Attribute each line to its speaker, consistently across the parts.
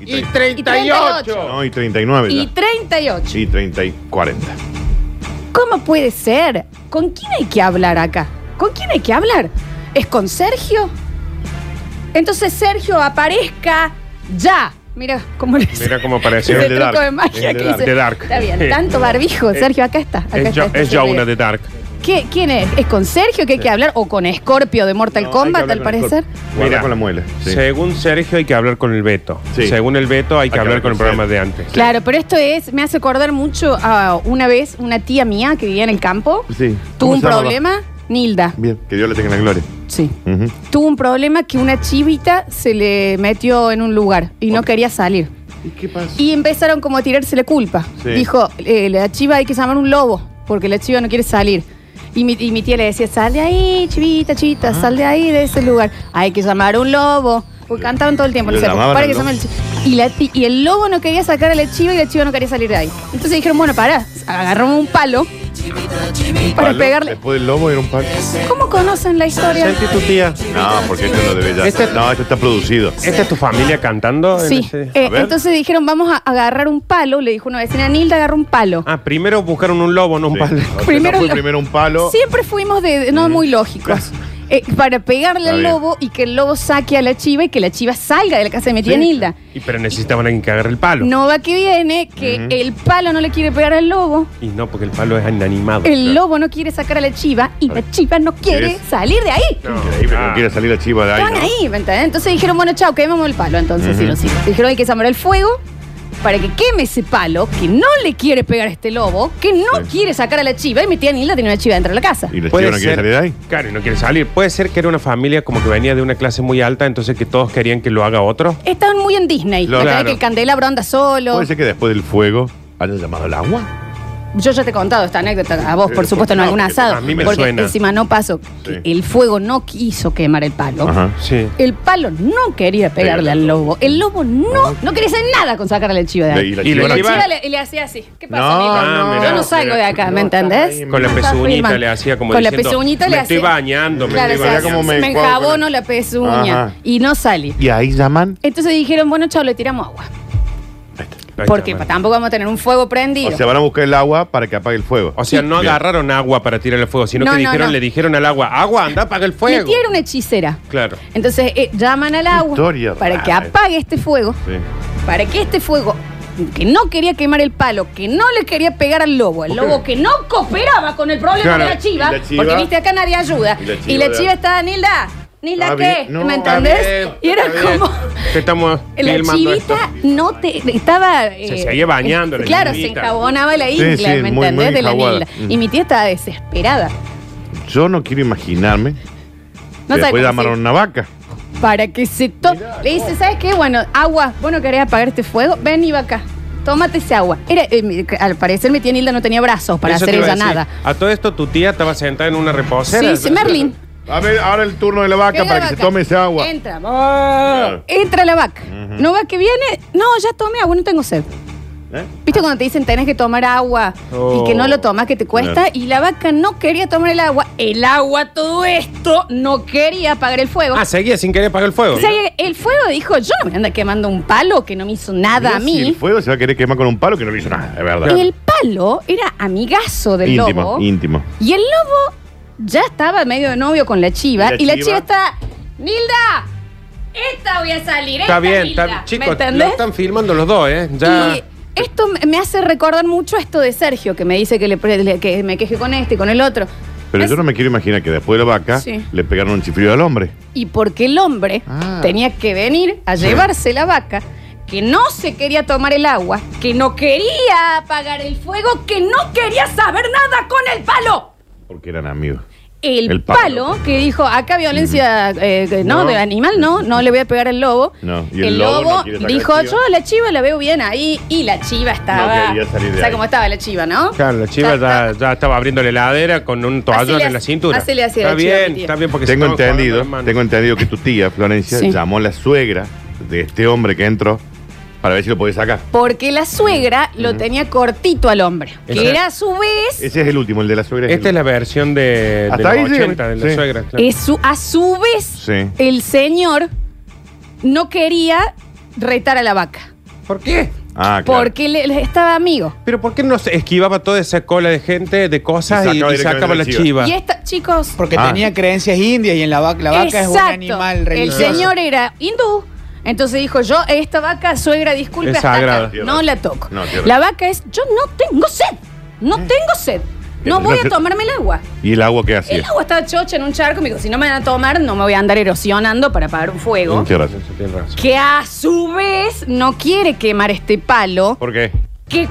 Speaker 1: Y
Speaker 2: Y 38.
Speaker 3: No, y 39
Speaker 1: Y
Speaker 3: ya.
Speaker 1: 38.
Speaker 3: Y 30 y 40.
Speaker 1: ¿Cómo puede ser? ¿Con quién hay que hablar acá? ¿Con quién hay que hablar? ¿Es con Sergio? Entonces Sergio aparezca ya. Mira cómo le
Speaker 3: Mira cómo apareció
Speaker 1: Ese
Speaker 3: el de
Speaker 1: truco
Speaker 3: Dark.
Speaker 1: de magia
Speaker 3: El de
Speaker 1: que
Speaker 3: Dark.
Speaker 1: hice.
Speaker 3: De Dark.
Speaker 1: Está bien,
Speaker 3: Sí.
Speaker 1: tanto barbijo. Sergio, acá está. Acá
Speaker 3: Es,
Speaker 1: está
Speaker 3: jo
Speaker 1: este
Speaker 3: es Jonah
Speaker 1: video.
Speaker 3: de Dark.
Speaker 1: ¿Qué- ¿Quién es? ¿Es con Sergio que hay que hablar? ¿O con Scorpio de Mortal
Speaker 3: No,
Speaker 1: Kombat,
Speaker 3: hay
Speaker 1: al
Speaker 3: que hablar con el
Speaker 1: parecer?
Speaker 3: cuerpo. Guarda
Speaker 2: Mira.
Speaker 3: con la muela. sí.
Speaker 2: Según Sergio hay que hablar con el Beto.
Speaker 3: Sí.
Speaker 2: Según el Beto hay que hablar con el programa de
Speaker 3: Sergio.
Speaker 2: antes.
Speaker 1: Claro, pero esto es, me hace acordar mucho a una vez una tía mía que vivía en el campo.
Speaker 3: Sí.
Speaker 1: Tuvo
Speaker 3: ¿Cómo
Speaker 1: un
Speaker 3: se llamaba?
Speaker 1: problema, Nilda.
Speaker 3: Bien, que Dios le tenga la gloria.
Speaker 1: Sí.
Speaker 3: Ujú.
Speaker 1: Tuvo un problema que una chivita se le metió en un lugar y no quería salir.
Speaker 3: ¿Y qué pasa?
Speaker 1: Y empezaron como a tirársele culpa.
Speaker 3: Sí.
Speaker 1: Dijo, eh, la chiva hay que llamar un lobo, porque la chiva no quiere salir. Y mi, y mi tía le decía, sal de ahí, chivita, chivita, sal de ahí, de ese lugar. Hay que llamar a un lobo. Porque cantaban todo el tiempo.
Speaker 3: Le
Speaker 1: no sé,
Speaker 3: llamaban
Speaker 1: para
Speaker 3: al
Speaker 1: que
Speaker 3: lobo.
Speaker 1: llame el chi- y, la ti- y el lobo no quería sacar a la chiva y la chiva no quería salir de ahí. Entonces dijeron, bueno, pará. Agarramos un palo para
Speaker 3: Palo,
Speaker 1: pegarle.
Speaker 3: Después del lobo era un palo.
Speaker 1: ¿Cómo conocen la historia?
Speaker 2: Sergio, tu tía.
Speaker 3: No, porque esto lo debe ya.
Speaker 2: Este-
Speaker 3: No, esto está producido.
Speaker 2: ¿Esta es tu familia cantando? en
Speaker 1: Sí.
Speaker 2: ese-
Speaker 1: Eh,
Speaker 3: A ver.
Speaker 1: entonces dijeron, vamos a agarrar un palo. Le dijo una vecina, Nilda agarró un palo.
Speaker 2: Ah, primero buscaron un lobo, no un
Speaker 3: Sí.
Speaker 2: palo.
Speaker 3: O sea, no
Speaker 1: Primero
Speaker 3: fue
Speaker 1: lo-
Speaker 3: primero un palo.
Speaker 1: Siempre fuimos de, de- no muy lógicos. Eh, para pegarle
Speaker 3: Está
Speaker 1: al
Speaker 3: bien.
Speaker 1: lobo y que el lobo saque a la chiva y que la chiva salga de la casa de mi tía
Speaker 2: Sí.
Speaker 1: Nilda.
Speaker 2: Y pero necesitaban a alguien que agarre el palo.
Speaker 1: No va que viene, que el palo no le quiere pegar al lobo,
Speaker 2: Y no, porque el palo es inanimado.
Speaker 1: el lobo no quiere sacar a la chiva y la chiva no quiere
Speaker 3: ¿Quieres?
Speaker 1: salir de ahí.
Speaker 2: No.
Speaker 3: Increíble,
Speaker 2: Ah.
Speaker 3: no quiere salir la chiva de ahí.
Speaker 1: Estaban
Speaker 3: ¿no?
Speaker 1: ahí, ¿me entendés? Entonces dijeron, bueno, chao, quememos el palo. Entonces, sí, no, sí. Dijeron, hay que llamar el fuego para que queme ese palo que no le quiere pegar a este lobo, que no
Speaker 3: Sí.
Speaker 1: quiere sacar a la chiva. Y mi tía Nilda tenía una chiva dentro de la casa.
Speaker 3: ¿Y la chiva no quiere salir de ahí?
Speaker 2: Claro, y no quiere salir. Puede ser que era una familia como que venía de una clase muy alta, entonces que todos querían que lo haga otro.
Speaker 1: Estaban muy en Disney.
Speaker 3: Lo-
Speaker 1: ¿me entendés?
Speaker 2: claro.
Speaker 1: Que el candelabro anda solo.
Speaker 3: Puede ser que después del fuego haya llamado al agua.
Speaker 1: Yo ya te he contado esta anécdota a vos, por
Speaker 3: Pero,
Speaker 1: supuesto, en
Speaker 3: Eh, no,
Speaker 1: algún
Speaker 3: que-
Speaker 1: asado.
Speaker 2: a mí me
Speaker 1: porque
Speaker 2: suena.
Speaker 1: encima no pasó. que
Speaker 3: Sí.
Speaker 1: El fuego no quiso quemar el palo.
Speaker 3: Ajá.
Speaker 2: Sí.
Speaker 1: El palo no quería pegarle
Speaker 3: Pegarle
Speaker 1: al
Speaker 3: al
Speaker 1: lobo. El lobo no, no quería hacer nada con sacarle el chivo de ahí.
Speaker 3: Y la
Speaker 2: Y la
Speaker 3: chiva no
Speaker 1: La
Speaker 2: chiva-
Speaker 1: chiva le, le hacía así. ¿Qué pasa,
Speaker 3: No,
Speaker 1: amigo?
Speaker 2: no,
Speaker 1: Yo
Speaker 2: mirá,
Speaker 1: no salgo
Speaker 2: mirá.
Speaker 1: de acá, ¿me
Speaker 3: No, está
Speaker 1: entendés?
Speaker 3: bien,
Speaker 2: Con la
Speaker 1: Estás
Speaker 2: pezuñita
Speaker 1: firmando.
Speaker 2: le hacía como
Speaker 1: Con la
Speaker 2: diciendo,
Speaker 1: pezuñita le
Speaker 2: me estoy
Speaker 1: hacía-
Speaker 2: bañando, me
Speaker 1: Claro,
Speaker 2: estoy
Speaker 1: o sea,
Speaker 3: Mirá cómo
Speaker 2: bañando.
Speaker 3: me
Speaker 1: me
Speaker 3: enjuago con
Speaker 1: enjabono
Speaker 3: la-
Speaker 1: la pezuña
Speaker 3: Ajá.
Speaker 1: y no salí.
Speaker 3: Y ahí llaman.
Speaker 1: Entonces dijeron, bueno, chao, le tiramos agua.
Speaker 2: Ahí
Speaker 1: Porque
Speaker 2: está,
Speaker 1: tampoco vamos a tener un fuego prendido.
Speaker 3: O sea, van a buscar el agua para que apague el fuego.
Speaker 2: O sea, no
Speaker 3: Bien.
Speaker 2: agarraron agua para tirarle fuego, sino
Speaker 1: No,
Speaker 2: que
Speaker 1: no,
Speaker 2: dijeron,
Speaker 1: no.
Speaker 2: le dijeron al agua, agua, anda, apaga el
Speaker 1: Mi
Speaker 2: fuego.
Speaker 1: tía era una hechicera.
Speaker 2: Claro.
Speaker 1: Entonces eh, llaman al agua
Speaker 3: historia
Speaker 1: para
Speaker 3: rara
Speaker 1: que
Speaker 3: esta.
Speaker 1: apague este fuego,
Speaker 3: Sí.
Speaker 1: para que este fuego que no quería quemar el palo, que no le quería pegar al lobo, el lobo que no cooperaba con el problema
Speaker 2: Claro.
Speaker 1: de la chiva,
Speaker 3: Y la chiva-
Speaker 1: porque viste acá nadie ayuda.
Speaker 3: Y la chiva
Speaker 1: Y la
Speaker 3: de-
Speaker 1: chiva estaba, Nilda, Nilda,
Speaker 3: Ah,
Speaker 1: ¿qué?
Speaker 3: bien. No,
Speaker 1: ¿Me
Speaker 3: está
Speaker 1: entendés?
Speaker 2: Está bien,
Speaker 1: y era
Speaker 2: está bien.
Speaker 1: como...
Speaker 2: Te estamos
Speaker 1: La
Speaker 2: filmando esto.
Speaker 1: chivita no te estaba. eh,
Speaker 2: seguía bañando la
Speaker 1: Claro, se
Speaker 2: chivita.
Speaker 1: enjabonaba la
Speaker 3: Sí,
Speaker 1: isla,
Speaker 3: sí,
Speaker 1: ¿me
Speaker 3: muy, muy
Speaker 1: entendés? de la
Speaker 3: enjaguada.
Speaker 1: Nilda.
Speaker 3: Mm.
Speaker 1: Y mi tía estaba desesperada.
Speaker 3: Yo no quiero imaginarme.
Speaker 1: No
Speaker 3: que
Speaker 1: sabe
Speaker 3: después
Speaker 1: cómo
Speaker 3: llamaron a
Speaker 1: se-
Speaker 3: una vaca.
Speaker 1: Para que se to Le dice, ¿sabes qué? Bueno, agua, vos no querés apagar este fuego, ven y va acá. Tómate ese agua. Era, eh, mi- al parecer mi tía Nilda no tenía brazos para
Speaker 2: Eso
Speaker 1: hacer
Speaker 2: te iba
Speaker 1: ella
Speaker 2: a decir.
Speaker 1: nada.
Speaker 2: A todo esto tu tía estaba sentada en una reposera.
Speaker 1: Sí, sí, Merlin.
Speaker 3: A ver, ahora el turno de la vaca
Speaker 1: Venga
Speaker 3: para
Speaker 1: la
Speaker 3: que se
Speaker 1: vaca.
Speaker 3: tome ese agua.
Speaker 1: Entra.
Speaker 2: Ah,
Speaker 1: Entra la vaca. No va que viene. No, ya tomé agua, no tengo sed.
Speaker 3: ¿Eh?
Speaker 1: ¿Viste cuando te dicen tenés que tomar agua
Speaker 2: Oh.
Speaker 1: y que no lo tomas, que te cuesta?
Speaker 3: Claro.
Speaker 1: Y la vaca no quería tomar el agua. El agua, todo esto, no quería apagar el fuego.
Speaker 2: Ah, seguía sin querer apagar el fuego.
Speaker 1: O sea, el fuego dijo, yo no me anda quemando un palo que no me hizo nada a
Speaker 3: Mirá si
Speaker 1: mí.
Speaker 3: el fuego se va a querer quemar con un palo que no le hizo nada, es verdad.
Speaker 1: Y el palo era amigazo del
Speaker 3: íntimo,
Speaker 1: lobo.
Speaker 3: íntimo.
Speaker 1: Y el lobo ya estaba medio de novio con la chiva. Y la, chiva? está. ¡Nilda! ¡Esta voy a salir!
Speaker 2: está
Speaker 1: esta
Speaker 2: bien,
Speaker 1: Nilda",
Speaker 2: está,
Speaker 1: ¿Me
Speaker 2: chicos, lo
Speaker 1: entendés?
Speaker 2: están filmando los dos, ¿eh? Ya.
Speaker 1: Y esto me- me hace recordar mucho esto de Sergio, que me dice que, le, pre- le- que me queje con este y con el otro.
Speaker 3: Pero
Speaker 1: Es-
Speaker 3: yo no me quiero imaginar que después de la vaca
Speaker 1: Sí.
Speaker 3: le pegaron un chifrido al hombre.
Speaker 1: Y porque el hombre
Speaker 3: Ah.
Speaker 1: tenía que venir a llevarse la vaca, que no se quería tomar el agua, que no quería apagar el fuego, que no quería saber nada con el palo.
Speaker 3: Porque eran amigos.
Speaker 1: el,
Speaker 3: El
Speaker 1: palo.
Speaker 3: palo.
Speaker 1: que dijo, acá violencia eh, que- no,
Speaker 3: No.
Speaker 1: de animal, no, no le voy a pegar al lobo.
Speaker 3: No, y
Speaker 1: El,
Speaker 3: el
Speaker 1: lobo,
Speaker 3: lobo no quiere sacar
Speaker 1: dijo,
Speaker 3: la chiva.
Speaker 1: yo a la chiva la veo bien ahí y la chiva estaba...
Speaker 3: No quería salir de
Speaker 1: o sea,
Speaker 3: ahí.
Speaker 1: como estaba la chiva, ¿no?
Speaker 2: Claro, la chiva
Speaker 1: Está-
Speaker 2: ya, ya estaba abriendo la heladera con un toallón
Speaker 1: Hacele
Speaker 2: en la
Speaker 1: así,
Speaker 2: cintura.
Speaker 1: hacele así a
Speaker 2: está
Speaker 1: la chiva, mi
Speaker 2: bien,
Speaker 1: tía.
Speaker 2: está bien porque se
Speaker 3: tengo
Speaker 2: estaban jugando
Speaker 3: entendido,
Speaker 2: las manos.
Speaker 3: tengo entendido que tu tía, Florencia,
Speaker 1: Sí.
Speaker 3: llamó a la suegra de este hombre que entró para ver si lo podía sacar.
Speaker 1: Porque la suegra lo tenía cortito al hombre, que
Speaker 2: Exacto.
Speaker 1: era a su vez...
Speaker 3: Ese es el último, el de la suegra.
Speaker 2: Esta Este es
Speaker 3: el
Speaker 2: la versión de, de
Speaker 3: Hasta
Speaker 2: los
Speaker 3: ahí
Speaker 2: 80 de la
Speaker 3: llega. Sí.
Speaker 2: suegra. claro.
Speaker 1: Es su- a su vez,
Speaker 3: Sí.
Speaker 1: el señor no quería retar a la vaca.
Speaker 2: ¿Por qué?
Speaker 3: Ah, claro.
Speaker 1: Porque le, le- estaba amigo.
Speaker 2: ¿Pero por qué no se esquivaba toda esa cola de gente, de cosas
Speaker 3: Y
Speaker 2: y,
Speaker 3: sacaba
Speaker 2: y
Speaker 3: directamente
Speaker 2: sacaba
Speaker 3: la
Speaker 2: la
Speaker 3: chiva.
Speaker 2: chiva?
Speaker 1: Y esta, chicos,
Speaker 4: Porque
Speaker 3: Ah.
Speaker 4: tenía creencias indias y en la, vaca la vaca es un
Speaker 1: Exacto.
Speaker 4: animal
Speaker 1: El
Speaker 4: religioso.
Speaker 1: señor era hindú. Entonces dijo, yo, esta vaca, suegra, disculpe,
Speaker 2: Es
Speaker 1: hasta acá.
Speaker 2: sagrada.
Speaker 1: no la toco.
Speaker 3: No, ¿Eh? tiene
Speaker 1: la vaca es, yo no tengo sed, no tengo sed, no voy a tomarme el agua.
Speaker 3: ¿Y el agua qué hacía?
Speaker 1: El agua estaba chocha en un charco, me dijo, si no me van a tomar, no me voy a andar erosionando para apagar un fuego.
Speaker 3: Mm, qué
Speaker 2: Eso
Speaker 3: razón.
Speaker 2: tiene razón.
Speaker 1: Que a su vez no quiere quemar este palo,
Speaker 3: ¿Por qué?
Speaker 1: que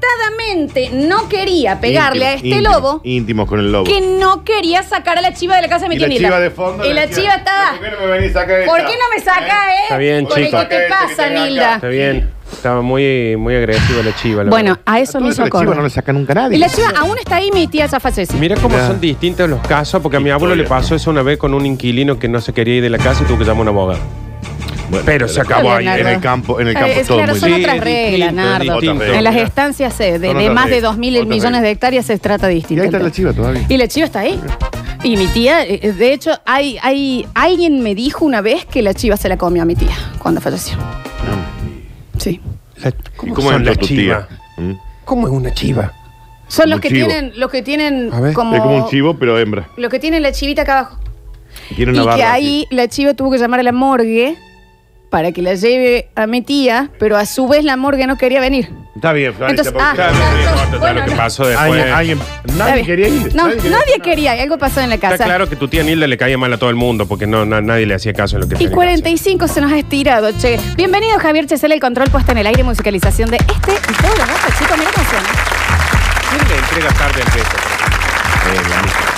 Speaker 1: conectadamente no quería pegarle a este
Speaker 3: Íntimo-
Speaker 1: lobo,
Speaker 3: Íntimos con el lobo.
Speaker 1: que no quería sacar a la chiva de la casa de mi
Speaker 3: Y la
Speaker 1: tiendita.
Speaker 3: chiva de fondo.
Speaker 1: Y la
Speaker 3: decía,
Speaker 1: chiva estaba...
Speaker 3: ¿Por qué no me venís a sacar
Speaker 1: ¿Por
Speaker 3: esta?
Speaker 1: qué no me saca, eh?
Speaker 2: Está bien,
Speaker 1: Por el
Speaker 2: chicos.
Speaker 1: que te pasa, Nilda.
Speaker 2: Está bien. Estaba muy, muy agresiva la chiva. la
Speaker 1: Bueno,
Speaker 2: verdad.
Speaker 1: a
Speaker 3: A
Speaker 1: eso
Speaker 3: todo
Speaker 1: me
Speaker 3: eso
Speaker 1: hizo
Speaker 3: la chiva
Speaker 1: acordar.
Speaker 3: no le saca nunca a nadie.
Speaker 1: Y la chiva aún está ahí, mi tía Zafa Ceci.
Speaker 2: Mira cómo
Speaker 3: Mirá.
Speaker 2: son distintos los casos, porque a mi abuelo le
Speaker 3: Historia.
Speaker 2: pasó eso una vez con un inquilino que no se quería ir de la casa y tuvo que llamar a un abogado.
Speaker 3: Bueno,
Speaker 2: Pero se acabó ahí.
Speaker 1: Leonardo.
Speaker 3: En el campo, en el campo
Speaker 1: Eh, es
Speaker 3: todo
Speaker 1: claro,
Speaker 3: muy
Speaker 1: son
Speaker 2: bien.
Speaker 1: otras
Speaker 2: Sí,
Speaker 1: reglas,
Speaker 2: distinto,
Speaker 1: Nardo.
Speaker 3: distinto.
Speaker 1: En las
Speaker 2: Mira.
Speaker 1: estancias eh, de, de
Speaker 3: Son otras
Speaker 1: más de
Speaker 3: reglas,
Speaker 1: 2.000
Speaker 3: otras
Speaker 1: millones de
Speaker 3: reglas.
Speaker 1: hectáreas se trata
Speaker 3: Y
Speaker 1: distinto.
Speaker 3: ahí está la chiva todavía.
Speaker 1: Y la chiva está ahí. Y mi tía, eh, de hecho, hay, hay, alguien me dijo una vez que la chiva se la comió a mi tía cuando falleció. Sí.
Speaker 2: La-
Speaker 3: ¿Y
Speaker 2: ¿Cómo,
Speaker 3: cómo
Speaker 2: son
Speaker 3: entra
Speaker 2: las
Speaker 3: tu tía?
Speaker 2: chivas?
Speaker 3: ¿Mm?
Speaker 2: ¿Cómo es una chiva?
Speaker 1: Son
Speaker 3: Como
Speaker 1: los que
Speaker 3: chivo.
Speaker 1: tienen, los que tienen
Speaker 2: A ver.
Speaker 1: como,
Speaker 3: Es como un chivo, pero hembra.
Speaker 1: los que tienen la chivita acá abajo.
Speaker 3: Tiene una
Speaker 1: Y
Speaker 3: barba
Speaker 1: que
Speaker 3: así.
Speaker 1: ahí la chiva tuvo que llamar a la morgue para que la lleve a mi tía, pero a su vez la morgue no quería venir.
Speaker 3: Está bien, Florencia.
Speaker 1: Entonces,
Speaker 3: porque-
Speaker 1: ah,
Speaker 3: Está bien,
Speaker 1: claro,
Speaker 3: corta,
Speaker 1: bueno,
Speaker 3: está
Speaker 2: ¿Qué
Speaker 1: no.
Speaker 2: pasó
Speaker 3: lo que-
Speaker 2: después?
Speaker 3: Alguien- alguien-
Speaker 1: Está
Speaker 3: Nadie
Speaker 1: bien.
Speaker 3: quería ir.
Speaker 1: No,
Speaker 3: nadie quería-
Speaker 1: nadie quería, algo pasó en la casa.
Speaker 2: Está claro que tu tía Nilda le caía mal a todo el mundo porque no, na- nadie le hacía caso en lo que
Speaker 1: Y
Speaker 2: tenía que
Speaker 1: 45 se nos ha estirado, che. Bienvenido Javier Chesel, el control puesta en el aire, musicalización de este y todos los gatos, chicos, mira cómo suena.
Speaker 2: hacer. ¿Quién le entrega tarde al resto?
Speaker 3: Eh, la música.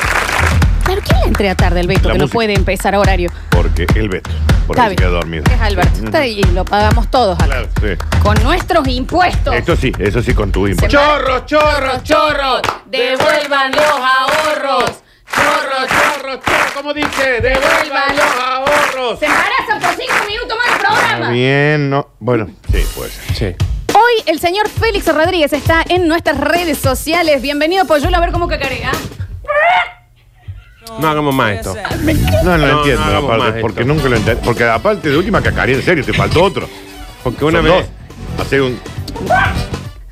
Speaker 1: Claro, ¿quién le entrega tarde el Beto
Speaker 3: La
Speaker 1: que no
Speaker 3: música.
Speaker 1: puede empezar a horario?
Speaker 3: Porque el Beto. Porque
Speaker 1: Está
Speaker 3: se
Speaker 1: bien.
Speaker 3: queda dormido.
Speaker 1: Es Alberto, está ahí, y lo pagamos todos acá.
Speaker 3: Claro, sí.
Speaker 1: Con nuestros impuestos.
Speaker 3: Esto sí, eso sí con tu impuesto.
Speaker 1: ¡Chorros, chorros, chorros! ¡Devuelvan los ahorros! ¡Chorros,
Speaker 2: Chorro, chorro, ¿cómo dice?
Speaker 1: Devuelva los
Speaker 2: ahorros.
Speaker 1: Se embarazan por cinco minutos más el
Speaker 3: Está
Speaker 1: programa.
Speaker 3: bien, no. Bueno, sí, puede ser.
Speaker 2: Sí.
Speaker 1: Hoy el señor Félix Rodríguez está en nuestras redes sociales. Bienvenido, Poyulo, a ver cómo cacarea.
Speaker 2: No hagamos más esto.
Speaker 3: No, no,
Speaker 2: No, no
Speaker 3: entiendo,
Speaker 2: hagamos
Speaker 3: aparte,
Speaker 2: más
Speaker 3: porque
Speaker 2: esto.
Speaker 3: nunca lo entendí. Porque aparte de última cacaría, en serio, te faltó otro.
Speaker 2: Porque una
Speaker 3: Son
Speaker 2: vez.
Speaker 3: dos. Hace un.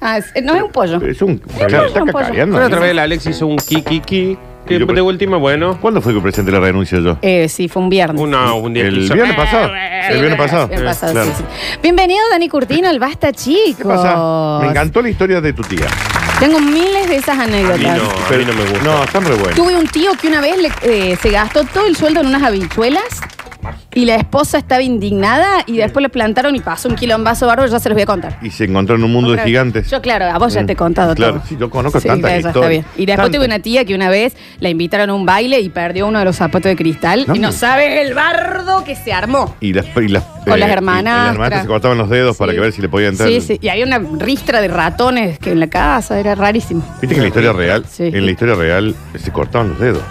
Speaker 1: Ah, es- no es un pollo.
Speaker 3: Es un.
Speaker 1: pollo,
Speaker 3: Claro, está
Speaker 1: un pollo.
Speaker 3: cacareando.
Speaker 2: Una otra vez el Alex hizo un kiki ki que
Speaker 3: pues,
Speaker 2: de última, bueno,
Speaker 3: ¿Cuándo fue que presenté la renuncia yo?
Speaker 1: Eh, sí, fue un viernes.
Speaker 2: una, un día
Speaker 3: El
Speaker 2: quiso-
Speaker 3: viernes pasado.
Speaker 1: Sí,
Speaker 3: El viernes pasado.
Speaker 1: Eh, El viernes pasado,
Speaker 3: Claro.
Speaker 1: sí, sí. Bienvenido, Dani Curtino, al Basta, chicos.
Speaker 3: ¿Qué pasa? Me encantó la historia de tu tía.
Speaker 1: Tengo miles de esas
Speaker 2: A mí no,
Speaker 1: anécdotas.
Speaker 2: a mí no me gusta.
Speaker 3: No, está muy bueno.
Speaker 1: Tuve un tío que una vez le- eh, se gastó todo el sueldo en unas habichuelas y la esposa estaba indignada y después le plantaron y pasó un quilombazo bárbaro, ya se los voy a contar.
Speaker 3: Y se encontró en un mundo de
Speaker 1: Otra vez.
Speaker 3: gigantes.
Speaker 1: Yo, claro, a vos ya
Speaker 3: Mm.
Speaker 1: te he contado
Speaker 3: Claro,
Speaker 1: todo.
Speaker 3: sí, yo conozco tantas
Speaker 1: eso está
Speaker 3: historias.
Speaker 1: bien. Y después
Speaker 3: Tantas.
Speaker 1: tuve una tía que una vez la invitaron a un baile y perdió uno de los zapatos de cristal.
Speaker 3: No.
Speaker 1: Y no sabes el bardo que se armó.
Speaker 3: Y las, y las, eh,
Speaker 1: O las hermanas.
Speaker 3: y las hermanas se cortaban los dedos
Speaker 1: Sí.
Speaker 3: para que ver si le podían entrar.
Speaker 1: Sí, sí. Y había una ristra de ratones que en la casa era rarísimo.
Speaker 3: Viste que en la historia real,
Speaker 1: Sí.
Speaker 3: en la historia real se cortaban los dedos.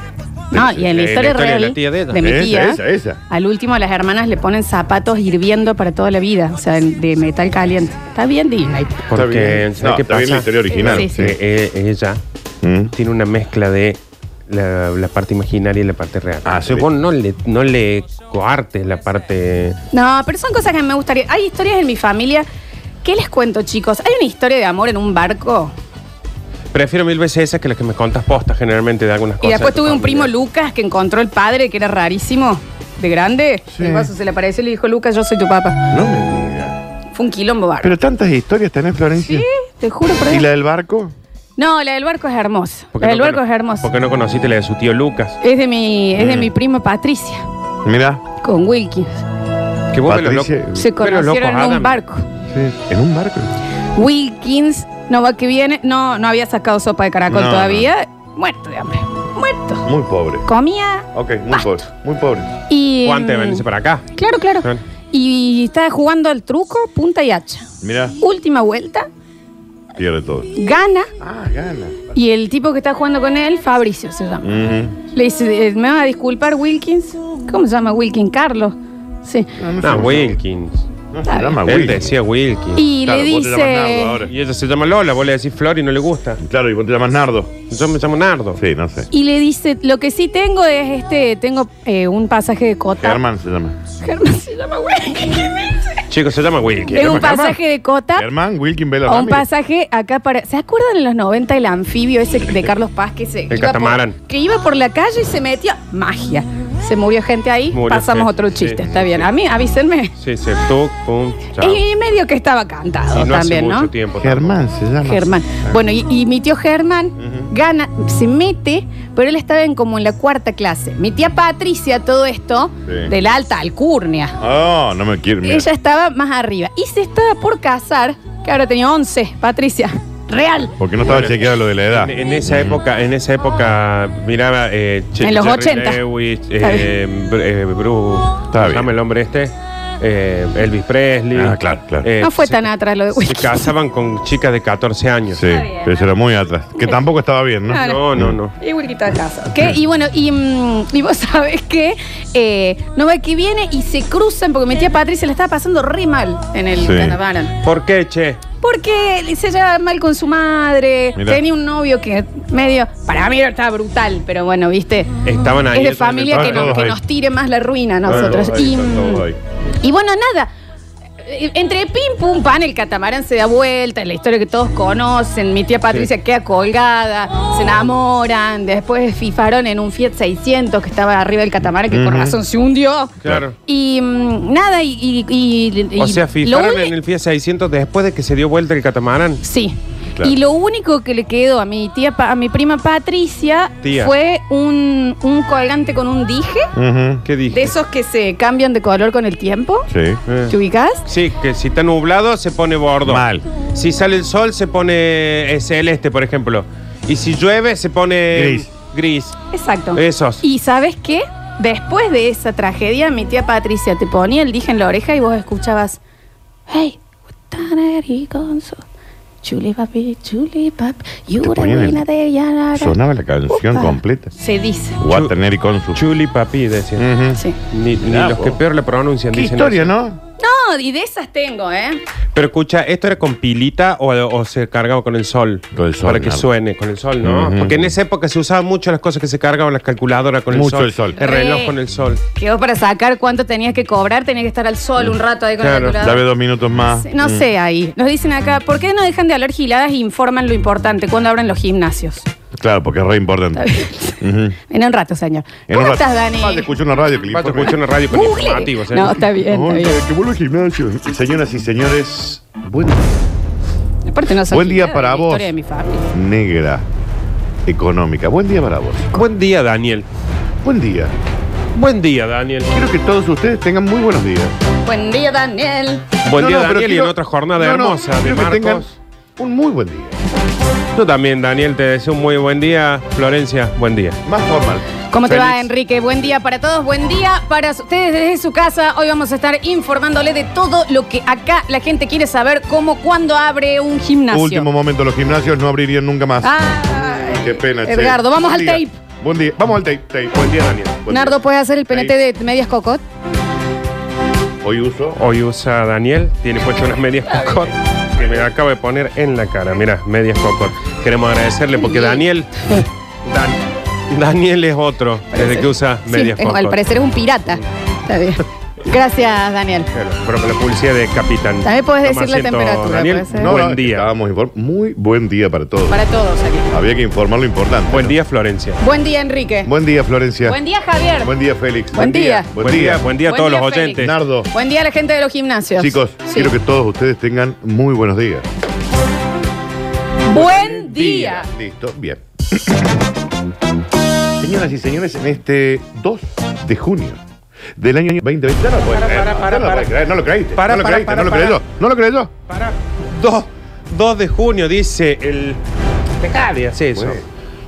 Speaker 1: No, y en la historia,
Speaker 2: Eh, la historia
Speaker 1: real
Speaker 2: de la tía de ella.
Speaker 1: mi
Speaker 3: Esa,
Speaker 1: tía,
Speaker 3: esa, esa.
Speaker 1: al último las hermanas le ponen zapatos hirviendo para toda la vida, o sea, de metal caliente. Está bien Disney.
Speaker 3: Está bien.
Speaker 2: Porque, ¿sabes
Speaker 3: No,
Speaker 2: qué
Speaker 3: está
Speaker 2: pasa?
Speaker 3: bien la historia original.
Speaker 1: Sí, sí.
Speaker 2: Que, eh, ella
Speaker 3: Mm.
Speaker 2: tiene una mezcla de la, la parte imaginaria y la parte real.
Speaker 3: Ah, sí.
Speaker 2: Entonces, vos no le, no le coartes la parte.
Speaker 1: No, pero son cosas que me gustaría. Hay historias en mi familia. ¿Qué les cuento, chicos? Hay una historia de amor en un barco.
Speaker 2: Prefiero mil veces esa que las que me contas postas generalmente de algunas cosas.
Speaker 1: y después
Speaker 2: de tu
Speaker 1: tuve un
Speaker 2: familia.
Speaker 1: primo Lucas que encontró el padre, que era rarísimo, de grande.
Speaker 3: Sí.
Speaker 1: El vaso se le apareció y le dijo, Lucas, yo soy tu papá.
Speaker 3: No me digas.
Speaker 1: Fue un quilombo barco.
Speaker 3: Pero tantas historias tenés, Florencia.
Speaker 1: Sí, te juro por
Speaker 3: ¿Y
Speaker 1: Dios.
Speaker 3: la del barco?
Speaker 1: No, la del barco es hermosa.
Speaker 2: ¿Por qué
Speaker 1: La del
Speaker 2: no
Speaker 1: barco
Speaker 2: cono-
Speaker 1: es hermosa.
Speaker 2: ¿Por qué no conociste la de su tío Lucas?
Speaker 1: Es de mi, es de
Speaker 3: Mm.
Speaker 1: mi prima Patricia,
Speaker 3: Mira.
Speaker 1: con Wilkins.
Speaker 2: Que vos ves los
Speaker 3: Patricia-
Speaker 2: locos-
Speaker 1: Se
Speaker 2: ves los
Speaker 1: conocieron
Speaker 2: locos
Speaker 1: en un
Speaker 2: Adam.
Speaker 1: barco.
Speaker 3: Sí, en un barco.
Speaker 1: Wilkins, no va que viene, no, no había sacado sopa de caracol
Speaker 3: No,
Speaker 1: todavía. Muerto de hambre. Muerto.
Speaker 3: Muy pobre.
Speaker 1: Comía
Speaker 3: Ok, muy pobre. Muy pobre.
Speaker 1: y.
Speaker 2: Guante,
Speaker 1: mm,
Speaker 2: venirse para acá.
Speaker 1: Claro, claro.
Speaker 2: Claro.
Speaker 1: Y estaba jugando al truco, punta y hacha.
Speaker 3: Mira,
Speaker 1: Última vuelta,
Speaker 3: pierde todo.
Speaker 1: gana.
Speaker 3: Ah, gana.
Speaker 1: Y el tipo que está jugando con él, Fabricio se llama.
Speaker 3: Mm.
Speaker 1: Le dice, eh, me va a disculpar Wilkins. ¿Cómo se llama Wilkins? Carlos. Sí.
Speaker 2: No, Ah, Wilkins.
Speaker 1: Está
Speaker 3: se llama
Speaker 2: Él
Speaker 3: Willy.
Speaker 2: decía Wilkie. Y,
Speaker 1: Y
Speaker 3: Claro,
Speaker 1: le
Speaker 3: vos te
Speaker 1: dice.
Speaker 3: llamas Nardo ahora.
Speaker 2: ella se llama Lola, vos le decís Flor y no le gusta.
Speaker 3: Claro, y vos te llamas Nardo.
Speaker 2: Yo me llamo Nardo.
Speaker 3: Sí, no sé.
Speaker 1: Y le dice, lo que sí tengo es este, tengo eh, un pasaje de cota.
Speaker 3: Germán se llama.
Speaker 1: Germán se llama Wilkie.
Speaker 2: Chicos, se llama Wilkie.
Speaker 1: Tengo un
Speaker 3: Germán?
Speaker 1: pasaje de cota
Speaker 3: Germán, Wilkin Vela
Speaker 1: o un
Speaker 3: Ramírez.
Speaker 1: pasaje acá para. ¿Se acuerdan en los 90 el anfibio ese de Carlos Paz que se. iba por-
Speaker 2: catamarán.
Speaker 1: que iba por la calle y se metía. Magia. Se murió gente ahí,
Speaker 2: Murió
Speaker 1: pasamos
Speaker 2: gente,
Speaker 1: otro
Speaker 2: sí,
Speaker 1: chiste. Está
Speaker 2: sí.
Speaker 1: bien. A mí, avísenme.
Speaker 2: Sí, se tú, pum, chao. Y
Speaker 1: Y medio que estaba cantado
Speaker 2: no hace
Speaker 1: también,
Speaker 2: mucho
Speaker 1: ¿no?
Speaker 2: tiempo.
Speaker 3: Germán se llama.
Speaker 1: Germán. Bueno, y, y mi tío Germán gana, se mete, pero él estaba en como en la cuarta clase. Mi tía Patricia, todo esto,
Speaker 3: Sí.
Speaker 1: de la alta alcurnia.
Speaker 3: Oh, no me quiero. mira.
Speaker 1: Ella estaba más arriba. Y se estaba por casar, que ahora tenía 11, Patricia. Real.
Speaker 3: Porque no estaba
Speaker 2: Bueno.
Speaker 3: chequeado lo de la edad.
Speaker 2: En, en esa época, en esa época miraba eh, Che-
Speaker 1: En los
Speaker 2: Jerry
Speaker 1: 80.
Speaker 2: Lewis,
Speaker 1: Está
Speaker 2: eh, Br- eh, Bruce,
Speaker 3: Está
Speaker 2: ¿cómo se
Speaker 3: bien.
Speaker 2: llama el hombre este? Eh, Elvis Presley.
Speaker 3: Ah, claro, claro.
Speaker 2: Eh,
Speaker 1: No fue
Speaker 2: se-
Speaker 1: tan atrás lo de
Speaker 2: Se
Speaker 1: Wilkie.
Speaker 2: casaban con chicas de 14 años.
Speaker 3: Sí, pero eso era muy atrás. Que tampoco estaba bien, ¿no?
Speaker 1: Claro.
Speaker 2: No, no,
Speaker 3: Mm.
Speaker 2: no.
Speaker 1: Y Wilkie está casado. ¿Qué? Y bueno, y, mm, y vos sabés que eh, no ve que viene y se cruzan, porque mi tía Patricia la estaba pasando re mal en el
Speaker 3: Sí.
Speaker 1: catamarán.
Speaker 2: ¿Por qué, che?
Speaker 1: Porque se llevaba mal con su madre.
Speaker 3: Mirá.
Speaker 1: Tenía un novio que medio. Para mí estaba brutal, pero bueno, viste.
Speaker 3: Ah,
Speaker 2: Estaban ahí.
Speaker 1: es de
Speaker 2: ellos en el
Speaker 1: familia
Speaker 3: estaba
Speaker 1: que, nos,
Speaker 3: todos
Speaker 1: que
Speaker 3: ahí.
Speaker 1: nos tire más la ruina a
Speaker 3: Claro,
Speaker 1: nosotros.
Speaker 3: ahí,
Speaker 1: y,
Speaker 3: están todos ahí.
Speaker 1: y bueno, nada. Eh, Entre pim pum pan, el catamarán se da vuelta, es la historia que todos conocen. Mi tía Patricia queda colgada, se enamoran, después fifaron en un Fiat 600 que estaba arriba del catamarán, que por
Speaker 3: Ujú.
Speaker 1: razón se hundió.
Speaker 2: Claro.
Speaker 1: Y mm, nada, y. y- y- y-
Speaker 2: O sea,
Speaker 1: lo
Speaker 2: fijaron
Speaker 1: uni-
Speaker 2: en el Fiat 600 después de que se dio vuelta el catamarán.
Speaker 1: Sí.
Speaker 3: Claro.
Speaker 1: Y lo único que le quedó a mi tía, Pa- a mi prima Patricia,
Speaker 2: Tía.
Speaker 1: fue un, un colgante con un dije,
Speaker 3: Ujú.
Speaker 2: ¿Qué dije?
Speaker 1: de esos que se cambian de color con el tiempo.
Speaker 3: Sí.
Speaker 2: Eh.
Speaker 1: ¿Te ubicas?
Speaker 2: Sí, que si está nublado se pone bordo.
Speaker 3: Mal.
Speaker 2: Si sale el sol se pone eh, celeste, por ejemplo. Y si llueve se pone
Speaker 3: Gris.
Speaker 2: gris.
Speaker 1: Exacto.
Speaker 2: Esos.
Speaker 1: Y sabes qué? Después de esa tragedia, mi tía Patricia te ponía el dije en la oreja y vos escuchabas, hey, Taneri Gonzo, chuli papi, chuli papi,
Speaker 3: Te ponían el-
Speaker 1: yura de yarara".
Speaker 3: Sonaba la canción
Speaker 1: Upa.
Speaker 3: completa.
Speaker 1: Se dice.
Speaker 3: Waterner y Consu.
Speaker 2: Chuli papi, decía.
Speaker 3: Ujú.
Speaker 1: Sí.
Speaker 2: Ni, ni
Speaker 3: Mm. Mirá,
Speaker 2: los
Speaker 3: vos.
Speaker 2: que peor le pronuncian
Speaker 3: Qué
Speaker 2: dicen
Speaker 3: historia,
Speaker 2: eso.
Speaker 3: ¿no?
Speaker 1: No, y de esas tengo, ¿eh?
Speaker 2: Pero escucha, ¿esto era con pilita o, o se cargaba con el sol?
Speaker 3: Con el sol,
Speaker 2: Para que
Speaker 3: claro.
Speaker 2: suene, con el sol, ¿no?
Speaker 3: Ujú.
Speaker 2: Porque en esa época se usaban mucho las cosas que se cargaban, las calculadoras con
Speaker 3: Mucho
Speaker 2: el
Speaker 3: el
Speaker 2: sol.
Speaker 3: sol.
Speaker 2: El reloj
Speaker 1: Re.
Speaker 2: con el sol.
Speaker 1: Que vos para sacar cuánto tenías que cobrar, tenías que estar al sol un rato ahí con
Speaker 2: Claro,
Speaker 1: el
Speaker 3: Dame
Speaker 1: calculador.
Speaker 3: dos minutos más.
Speaker 1: Sí, No sé ahí. Nos dicen acá, ¿por qué no dejan de hablar giladas y informan lo importante cuando abren los gimnasios?
Speaker 3: Mm, Claro, porque es re importante. Ujú.
Speaker 1: En un rato, señor.
Speaker 3: En
Speaker 1: ¿Cómo
Speaker 3: un rato-
Speaker 1: estás, Dani?
Speaker 3: Vas a escuchar una radio que le
Speaker 2: Pato
Speaker 3: informe.
Speaker 2: escuchó una radio con
Speaker 1: Google.
Speaker 2: informativos. ¿eh?
Speaker 1: No, está bien, está
Speaker 3: Ay,
Speaker 1: bien.
Speaker 3: que vuelvo al gimnasio. Señoras y señores, buen
Speaker 1: Aparte no son
Speaker 3: Buen día
Speaker 1: giladas,
Speaker 3: para
Speaker 1: es la
Speaker 3: vos.
Speaker 1: historia de mi familia.
Speaker 3: negra económica. Buen día para vos.
Speaker 2: Buen día, Daniel.
Speaker 3: Buen día.
Speaker 2: Buen día, Daniel.
Speaker 3: Quiero que todos ustedes tengan muy buenos días.
Speaker 1: Buen día, Daniel.
Speaker 2: Buen
Speaker 3: No,
Speaker 2: día,
Speaker 3: no, pero
Speaker 2: Daniel, y
Speaker 3: quiero-
Speaker 2: en otra jornada
Speaker 3: No, no,
Speaker 2: hermosa de
Speaker 3: quiero que
Speaker 2: Marcos.
Speaker 3: tengan un muy buen día.
Speaker 2: Yo también, Daniel, te deseo un muy buen día. Florencia, buen día.
Speaker 3: Más formal.
Speaker 1: ¿Cómo te va,
Speaker 2: Feliz.
Speaker 1: Enrique? Buen día para todos, buen día para ustedes desde su casa. Hoy vamos a estar informándole de todo lo que acá la gente quiere saber, como cuando abre un gimnasio.
Speaker 3: Último momento, los gimnasios no abrirían nunca más.
Speaker 1: Ay,
Speaker 3: Qué pena, che.
Speaker 1: Ah, Edgardo, vamos al
Speaker 3: Buen
Speaker 1: tape.
Speaker 3: día. Buen día, vamos al tape. tape. Buen día, Daniel. Buen
Speaker 1: Nardo,
Speaker 3: día.
Speaker 1: ¿puedes hacer el penete
Speaker 3: Tape.
Speaker 1: de medias cocot?
Speaker 3: Hoy uso.
Speaker 2: Hoy usa Daniel, tiene puesto unas medias cocot que me acabo de poner en la cara. Mira, medias cocot. Queremos agradecerle porque Daniel. Dan- Daniel es otro, desde que usa medias
Speaker 1: sí, es-
Speaker 2: cocot.
Speaker 1: al parecer es un pirata. Está bien. Gracias, Daniel.
Speaker 2: Claro, Pero con la publicidad de Capitán.
Speaker 1: También podés
Speaker 2: Toma
Speaker 1: decir la
Speaker 2: asiento,
Speaker 1: temperatura,
Speaker 2: Daniel.
Speaker 1: puede ser.
Speaker 2: No, buen
Speaker 3: no,
Speaker 2: día.
Speaker 3: estábamos inform- Muy buen día para todos.
Speaker 1: Para todos aquí.
Speaker 3: Había que informar lo importante.
Speaker 2: Buen
Speaker 3: ¿no?
Speaker 2: día, Florencia.
Speaker 1: Buen día, Enrique.
Speaker 3: Buen día, Florencia.
Speaker 1: Buen día, Javier.
Speaker 3: Buen día, Félix.
Speaker 1: Buen día.
Speaker 3: Buen, día.
Speaker 2: Buen día a
Speaker 1: Buen
Speaker 2: todos
Speaker 1: día,
Speaker 2: los
Speaker 1: Félix.
Speaker 2: oyentes.
Speaker 3: Nardo.
Speaker 1: Buen día a la gente de los gimnasios.
Speaker 3: Chicos,
Speaker 1: Sí.
Speaker 3: quiero que todos ustedes tengan muy buenos días.
Speaker 1: Buen día.
Speaker 3: Listo, bien. Señoras y señores, en este 2 de junio del año 2020. Ya no lo puedes
Speaker 2: Para,
Speaker 3: creer,
Speaker 2: para,
Speaker 3: ya
Speaker 2: para,
Speaker 3: no lo
Speaker 2: para.
Speaker 3: puedes creer, No lo creíste.
Speaker 2: Para,
Speaker 3: no lo
Speaker 2: para,
Speaker 3: creíste,
Speaker 2: para,
Speaker 3: no lo
Speaker 2: para.
Speaker 3: creí yo. No lo creí yo.
Speaker 2: 2, 2 de junio, dice el. Dejá de hacer eso.
Speaker 3: Bueno.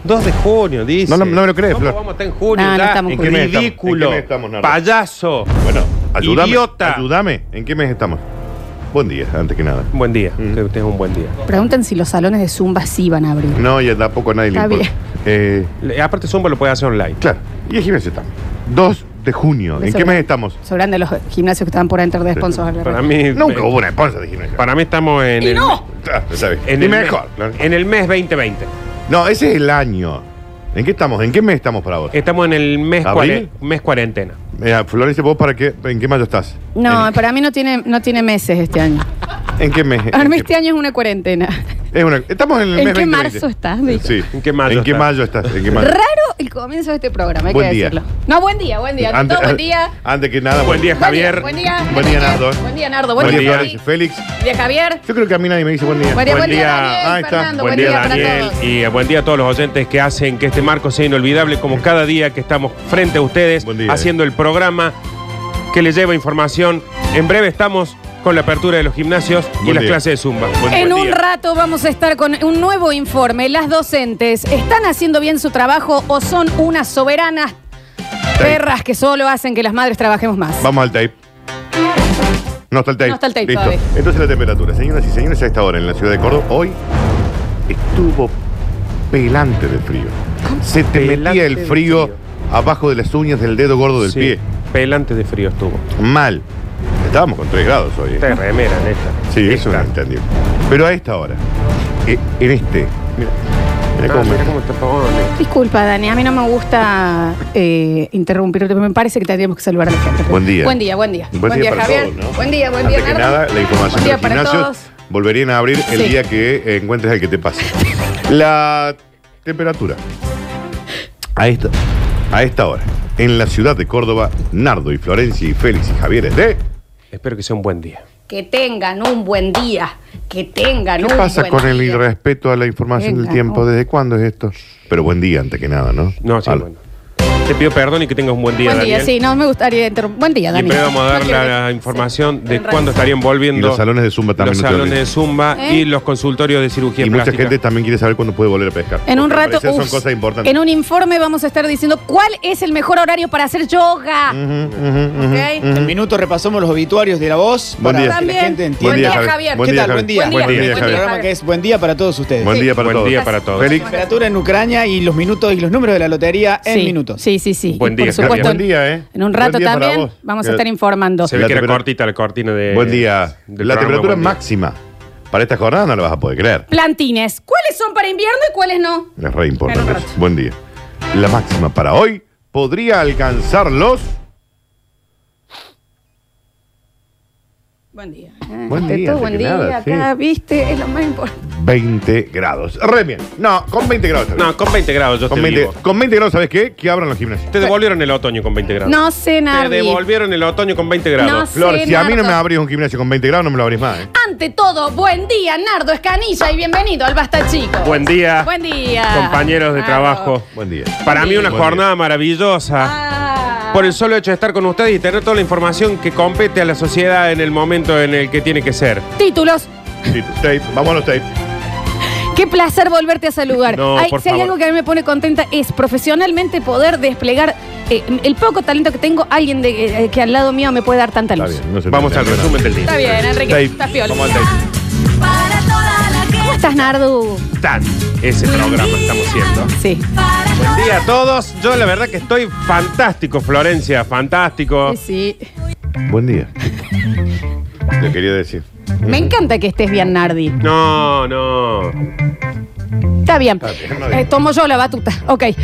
Speaker 2: 2 de junio, dice.
Speaker 3: No, no, no me lo crees,
Speaker 2: ¿Cómo
Speaker 3: Flor?
Speaker 2: vamos a estar en junio?
Speaker 1: No, no
Speaker 2: ya?
Speaker 1: estamos
Speaker 2: ¿En
Speaker 1: en
Speaker 2: qué
Speaker 3: junio.
Speaker 2: mes estamos?
Speaker 3: Ridículo,
Speaker 2: ¿En qué mes estamos, Nardo? payaso.
Speaker 3: Bueno, ayúdame.
Speaker 2: Idiota.
Speaker 3: Ayúdame. ¿En qué mes estamos? Buen día, antes que nada.
Speaker 2: Buen día,
Speaker 3: Mm.
Speaker 2: que tengas un buen día.
Speaker 1: Preguntan si los salones de Zumba sí van a abrir.
Speaker 3: No, ya tampoco a nadie le
Speaker 1: Está
Speaker 3: importa. Eh,
Speaker 2: Le- Aparte, Zumba lo puede hacer online.
Speaker 3: claro, y el gimnasio también. 2 de junio. ¿En qué mes estamos?
Speaker 1: Sobrando los gimnasios que estaban por entrar de sponsors.
Speaker 2: Para mí, eh,
Speaker 3: Nunca hubo una esposa de gimnasio.
Speaker 2: para mí estamos en
Speaker 1: Y
Speaker 2: el,
Speaker 1: no.
Speaker 3: Ah, está bien.
Speaker 2: en
Speaker 3: Y
Speaker 2: el
Speaker 3: mejor.
Speaker 2: mes- en el mes 2020.
Speaker 3: No, ese es el año. ¿En qué estamos? ¿En qué mes estamos para vos?
Speaker 2: Estamos en el mes,
Speaker 3: ¿Abril?
Speaker 2: cuare- mes cuarentena.
Speaker 3: Mira, Florencia, ¿vos para qué? ¿En qué mayo estás?
Speaker 1: No,
Speaker 3: ¿En,
Speaker 1: para mí no tiene, no tiene meses este año.
Speaker 3: ¿en qué mes?
Speaker 1: Para
Speaker 3: ¿En
Speaker 1: mí
Speaker 3: qué-
Speaker 1: este año es una cuarentena.
Speaker 3: es una- estamos en el
Speaker 1: ¿En
Speaker 3: mes
Speaker 1: qué
Speaker 3: 2020.
Speaker 1: marzo estás, Vic?
Speaker 3: Sí.
Speaker 2: ¿En qué mayo
Speaker 3: ¿En qué
Speaker 2: estás?
Speaker 3: mayo estás? ¿En qué mayo?
Speaker 1: Raro el comienzo de este programa, hay
Speaker 3: Buen
Speaker 1: que
Speaker 3: día.
Speaker 1: decirlo. No, buen día, buen día. Todo buen día.
Speaker 3: Antes que nada,
Speaker 2: Buen día,
Speaker 1: Buen día,
Speaker 2: Javier.
Speaker 1: Buen día.
Speaker 3: Buen día, Nardo.
Speaker 1: Buen día, Nardo.
Speaker 3: Buen, día,
Speaker 1: Javi.
Speaker 3: Florencia. Félix.
Speaker 1: Buen día, Javier.
Speaker 3: Yo creo que a mí nadie me dice buen día.
Speaker 1: Buen día, buen día,
Speaker 2: día.
Speaker 1: Daniel,
Speaker 3: Ahí está.
Speaker 1: Fernando.
Speaker 2: Buen, día,
Speaker 1: para
Speaker 2: Daniel,
Speaker 1: todos.
Speaker 2: y eh, buen día a todos los oyentes que hacen que este marco sea inolvidable como cada día que estamos frente a ustedes
Speaker 3: Buen día.
Speaker 2: haciendo el programa que les lleva información. En breve estamos con la apertura de los gimnasios y
Speaker 3: Buen
Speaker 2: las
Speaker 3: día.
Speaker 2: clases de Zumba.
Speaker 1: En
Speaker 2: Buen
Speaker 1: un
Speaker 2: día.
Speaker 1: rato vamos a estar con un nuevo informe. Las docentes están haciendo bien su trabajo o son unas soberanas perras que solo hacen que las madres trabajemos más.
Speaker 3: Vamos al tape. No está el tape.
Speaker 1: No está el tape
Speaker 3: Listo.
Speaker 1: todavía.
Speaker 3: Entonces la temperatura, señoras y señores, a esta hora en la ciudad de Córdoba, hoy estuvo pelante de frío. Se te
Speaker 2: Pelante
Speaker 3: metía el
Speaker 2: de
Speaker 3: frío,
Speaker 2: frío.
Speaker 3: abajo de las uñas del dedo gordo del
Speaker 2: Sí,
Speaker 3: pie.
Speaker 2: Pelante de frío estuvo.
Speaker 3: Mal. Estábamos con 3 grados hoy. ¿eh?
Speaker 2: Esta es remera, neta.
Speaker 3: Sí, eso no
Speaker 2: Esta.
Speaker 3: entendió. Pero a esta hora, eh, en este, mira, mira
Speaker 2: Ah,
Speaker 3: cómo me-
Speaker 2: mira cómo está pavón.
Speaker 1: Disculpa, Dani, a mí no me gusta eh, interrumpirte, pero me parece que tendríamos que saludar a la gente.
Speaker 3: Buen día.
Speaker 1: Buen día, buen día.
Speaker 3: Buen, día, para
Speaker 1: Javier.
Speaker 3: todos, ¿no?
Speaker 1: Buen día, buen
Speaker 3: Antes
Speaker 1: día,
Speaker 3: que
Speaker 1: Nardo.
Speaker 3: nada, la información
Speaker 1: Buen
Speaker 3: de
Speaker 1: día
Speaker 3: los
Speaker 1: para
Speaker 3: gimnasios
Speaker 1: todos.
Speaker 3: volverían a abrir el
Speaker 1: Sí.
Speaker 3: día que eh, encuentres el que te pase. La temperatura. A esta, a esta hora, en la ciudad de Córdoba, Nardo y Florencia y Félix y Javier es de...
Speaker 2: Espero que sea un buen día.
Speaker 1: Que tengan un buen día. Ah, Que tengan
Speaker 3: ¿Qué
Speaker 1: un
Speaker 3: pasa
Speaker 1: buen
Speaker 3: con el
Speaker 1: día.
Speaker 3: irrespeto a la información
Speaker 1: Venga,
Speaker 3: del tiempo?
Speaker 1: no.
Speaker 3: ¿Desde cuándo es esto? Pero buen día, antes que nada, ¿no?
Speaker 2: No, sí,
Speaker 3: Al-
Speaker 2: bueno. Te pido perdón y que tengas un buen día,
Speaker 1: Buen día,
Speaker 2: Daniel.
Speaker 1: sí, no me gustaría interrumpir. Buen día,
Speaker 2: Y en
Speaker 1: Daniel.
Speaker 2: breve vamos a dar
Speaker 1: No
Speaker 2: la,
Speaker 1: quiero que-
Speaker 2: la información
Speaker 1: sí,
Speaker 2: de
Speaker 1: en
Speaker 2: cuándo
Speaker 1: realidad.
Speaker 2: estarían volviendo.
Speaker 3: Y los salones de Zumba también,
Speaker 2: Los
Speaker 3: no te
Speaker 2: salones
Speaker 3: olvides.
Speaker 2: de Zumba
Speaker 1: ¿Eh?
Speaker 2: y los consultorios de cirugía
Speaker 3: Y mucha
Speaker 2: plástica.
Speaker 3: gente también quiere saber cuándo puede volver a pescar.
Speaker 1: En un
Speaker 3: Porque al
Speaker 1: rato,
Speaker 3: parecer
Speaker 1: ups,
Speaker 3: son cosas importantes.
Speaker 1: en un informe vamos a estar diciendo cuál es el mejor horario para hacer yoga. ¿ok?
Speaker 4: En el minuto repasamos los obituarios de la voz.
Speaker 3: Buen
Speaker 4: para
Speaker 3: día.
Speaker 4: que la
Speaker 1: También.
Speaker 4: gente entienda.
Speaker 1: Buen día,
Speaker 4: ¿Qué
Speaker 1: Javier.
Speaker 4: tal? Buen día.
Speaker 1: Buen día, buen
Speaker 4: El
Speaker 1: día,
Speaker 4: programa
Speaker 1: Javier.
Speaker 4: que es Buen Día para todos ustedes.
Speaker 3: Buen día para
Speaker 2: Buen
Speaker 3: todos.
Speaker 2: día para todos.
Speaker 3: Félix.
Speaker 4: Temperatura en Ucrania y los minutos y los números de la lotería en
Speaker 1: sí.
Speaker 4: minutos.
Speaker 1: Sí, sí, sí.
Speaker 2: Buen
Speaker 1: Y
Speaker 2: día,
Speaker 1: por
Speaker 2: Javier.
Speaker 1: supuesto,
Speaker 3: Buen día, ¿eh?
Speaker 1: En un
Speaker 3: Buen
Speaker 1: rato
Speaker 3: día para
Speaker 1: también
Speaker 3: vos.
Speaker 1: vamos a
Speaker 3: Eh,
Speaker 1: estar informando.
Speaker 2: Se ve
Speaker 3: La
Speaker 2: que era
Speaker 3: temperatura-
Speaker 2: cortita la cortina Eh, de.
Speaker 3: Buen día.
Speaker 2: del
Speaker 3: la
Speaker 2: programa,
Speaker 3: temperatura
Speaker 2: buen día.
Speaker 3: máxima para esta jornada no la vas a poder creer.
Speaker 1: Plantines. ¿Cuáles son para invierno y cuáles no?
Speaker 3: Es re importante.
Speaker 1: Claro,
Speaker 3: eso. Buen día. La máxima para hoy podría alcanzar los.
Speaker 1: Buen día.
Speaker 3: Buen
Speaker 1: Ante
Speaker 3: día,
Speaker 1: todo,
Speaker 3: antes
Speaker 1: buen
Speaker 3: que
Speaker 1: día.
Speaker 3: nada,
Speaker 1: Acá, viste, es lo más importante.
Speaker 3: 20 grados. Re bien. No, con 20 grados. está bien.
Speaker 2: No, con 20 grados yo
Speaker 3: con,
Speaker 2: te
Speaker 3: 20,
Speaker 2: digo.
Speaker 3: con 20 grados, ¿sabes qué? Que abran los gimnasios.
Speaker 2: Te devolvieron el otoño con 20 grados.
Speaker 1: No sé,
Speaker 2: Te
Speaker 1: Nardi.
Speaker 2: devolvieron el otoño con 20 grados.
Speaker 1: Sí,
Speaker 3: Flor, si a mí no
Speaker 1: Nardo.
Speaker 3: me abrís un gimnasio con 20 grados, no me lo abrís más. ¿eh?
Speaker 1: Ante todo, buen día, Nardo Escanilla, y bienvenido al Basta Chico.
Speaker 2: Buen día.
Speaker 1: Buen día. Ah,
Speaker 2: Compañeros de
Speaker 1: Nardo.
Speaker 2: trabajo.
Speaker 3: Buen día.
Speaker 2: Para mí una
Speaker 3: Buen
Speaker 2: jornada maravillosa.
Speaker 1: Ah.
Speaker 2: Por el solo hecho de estar con ustedes y tener toda la información que compete a la sociedad en el momento en el que tiene que ser.
Speaker 1: Títulos.
Speaker 3: Sí, tape. Vamos a los tapes.
Speaker 1: Qué placer volverte a saludar.
Speaker 2: No,
Speaker 1: Ay,
Speaker 2: por
Speaker 1: si hay
Speaker 2: favor.
Speaker 1: algo que a mí me pone contenta es profesionalmente poder desplegar eh, el poco talento que tengo, alguien de- eh, que al lado mío me puede dar tanta
Speaker 3: Está
Speaker 1: luz.
Speaker 3: bien. no se
Speaker 2: Vamos al
Speaker 3: entiende.
Speaker 2: resumen del
Speaker 1: Está
Speaker 2: día.
Speaker 1: bien, Enrique.
Speaker 3: Tape.
Speaker 1: Estás piola.
Speaker 3: Vamos al tape.
Speaker 5: Para toda la
Speaker 1: ¿Cómo
Speaker 5: que
Speaker 1: estás, Nardu?
Speaker 2: Tan ese programa estamos haciendo.
Speaker 1: Sí.
Speaker 5: para
Speaker 2: Buen
Speaker 5: toda
Speaker 2: día a todos. Yo la verdad que estoy fantástico, Florencia, fantástico.
Speaker 1: Sí.
Speaker 3: Buen día. Lo quería decir.
Speaker 1: Me encanta que estés bien, Nardi.
Speaker 2: No, no.
Speaker 1: Está bien.
Speaker 3: bien, Nardi.
Speaker 1: Eh, tomo yo la batuta. Ok.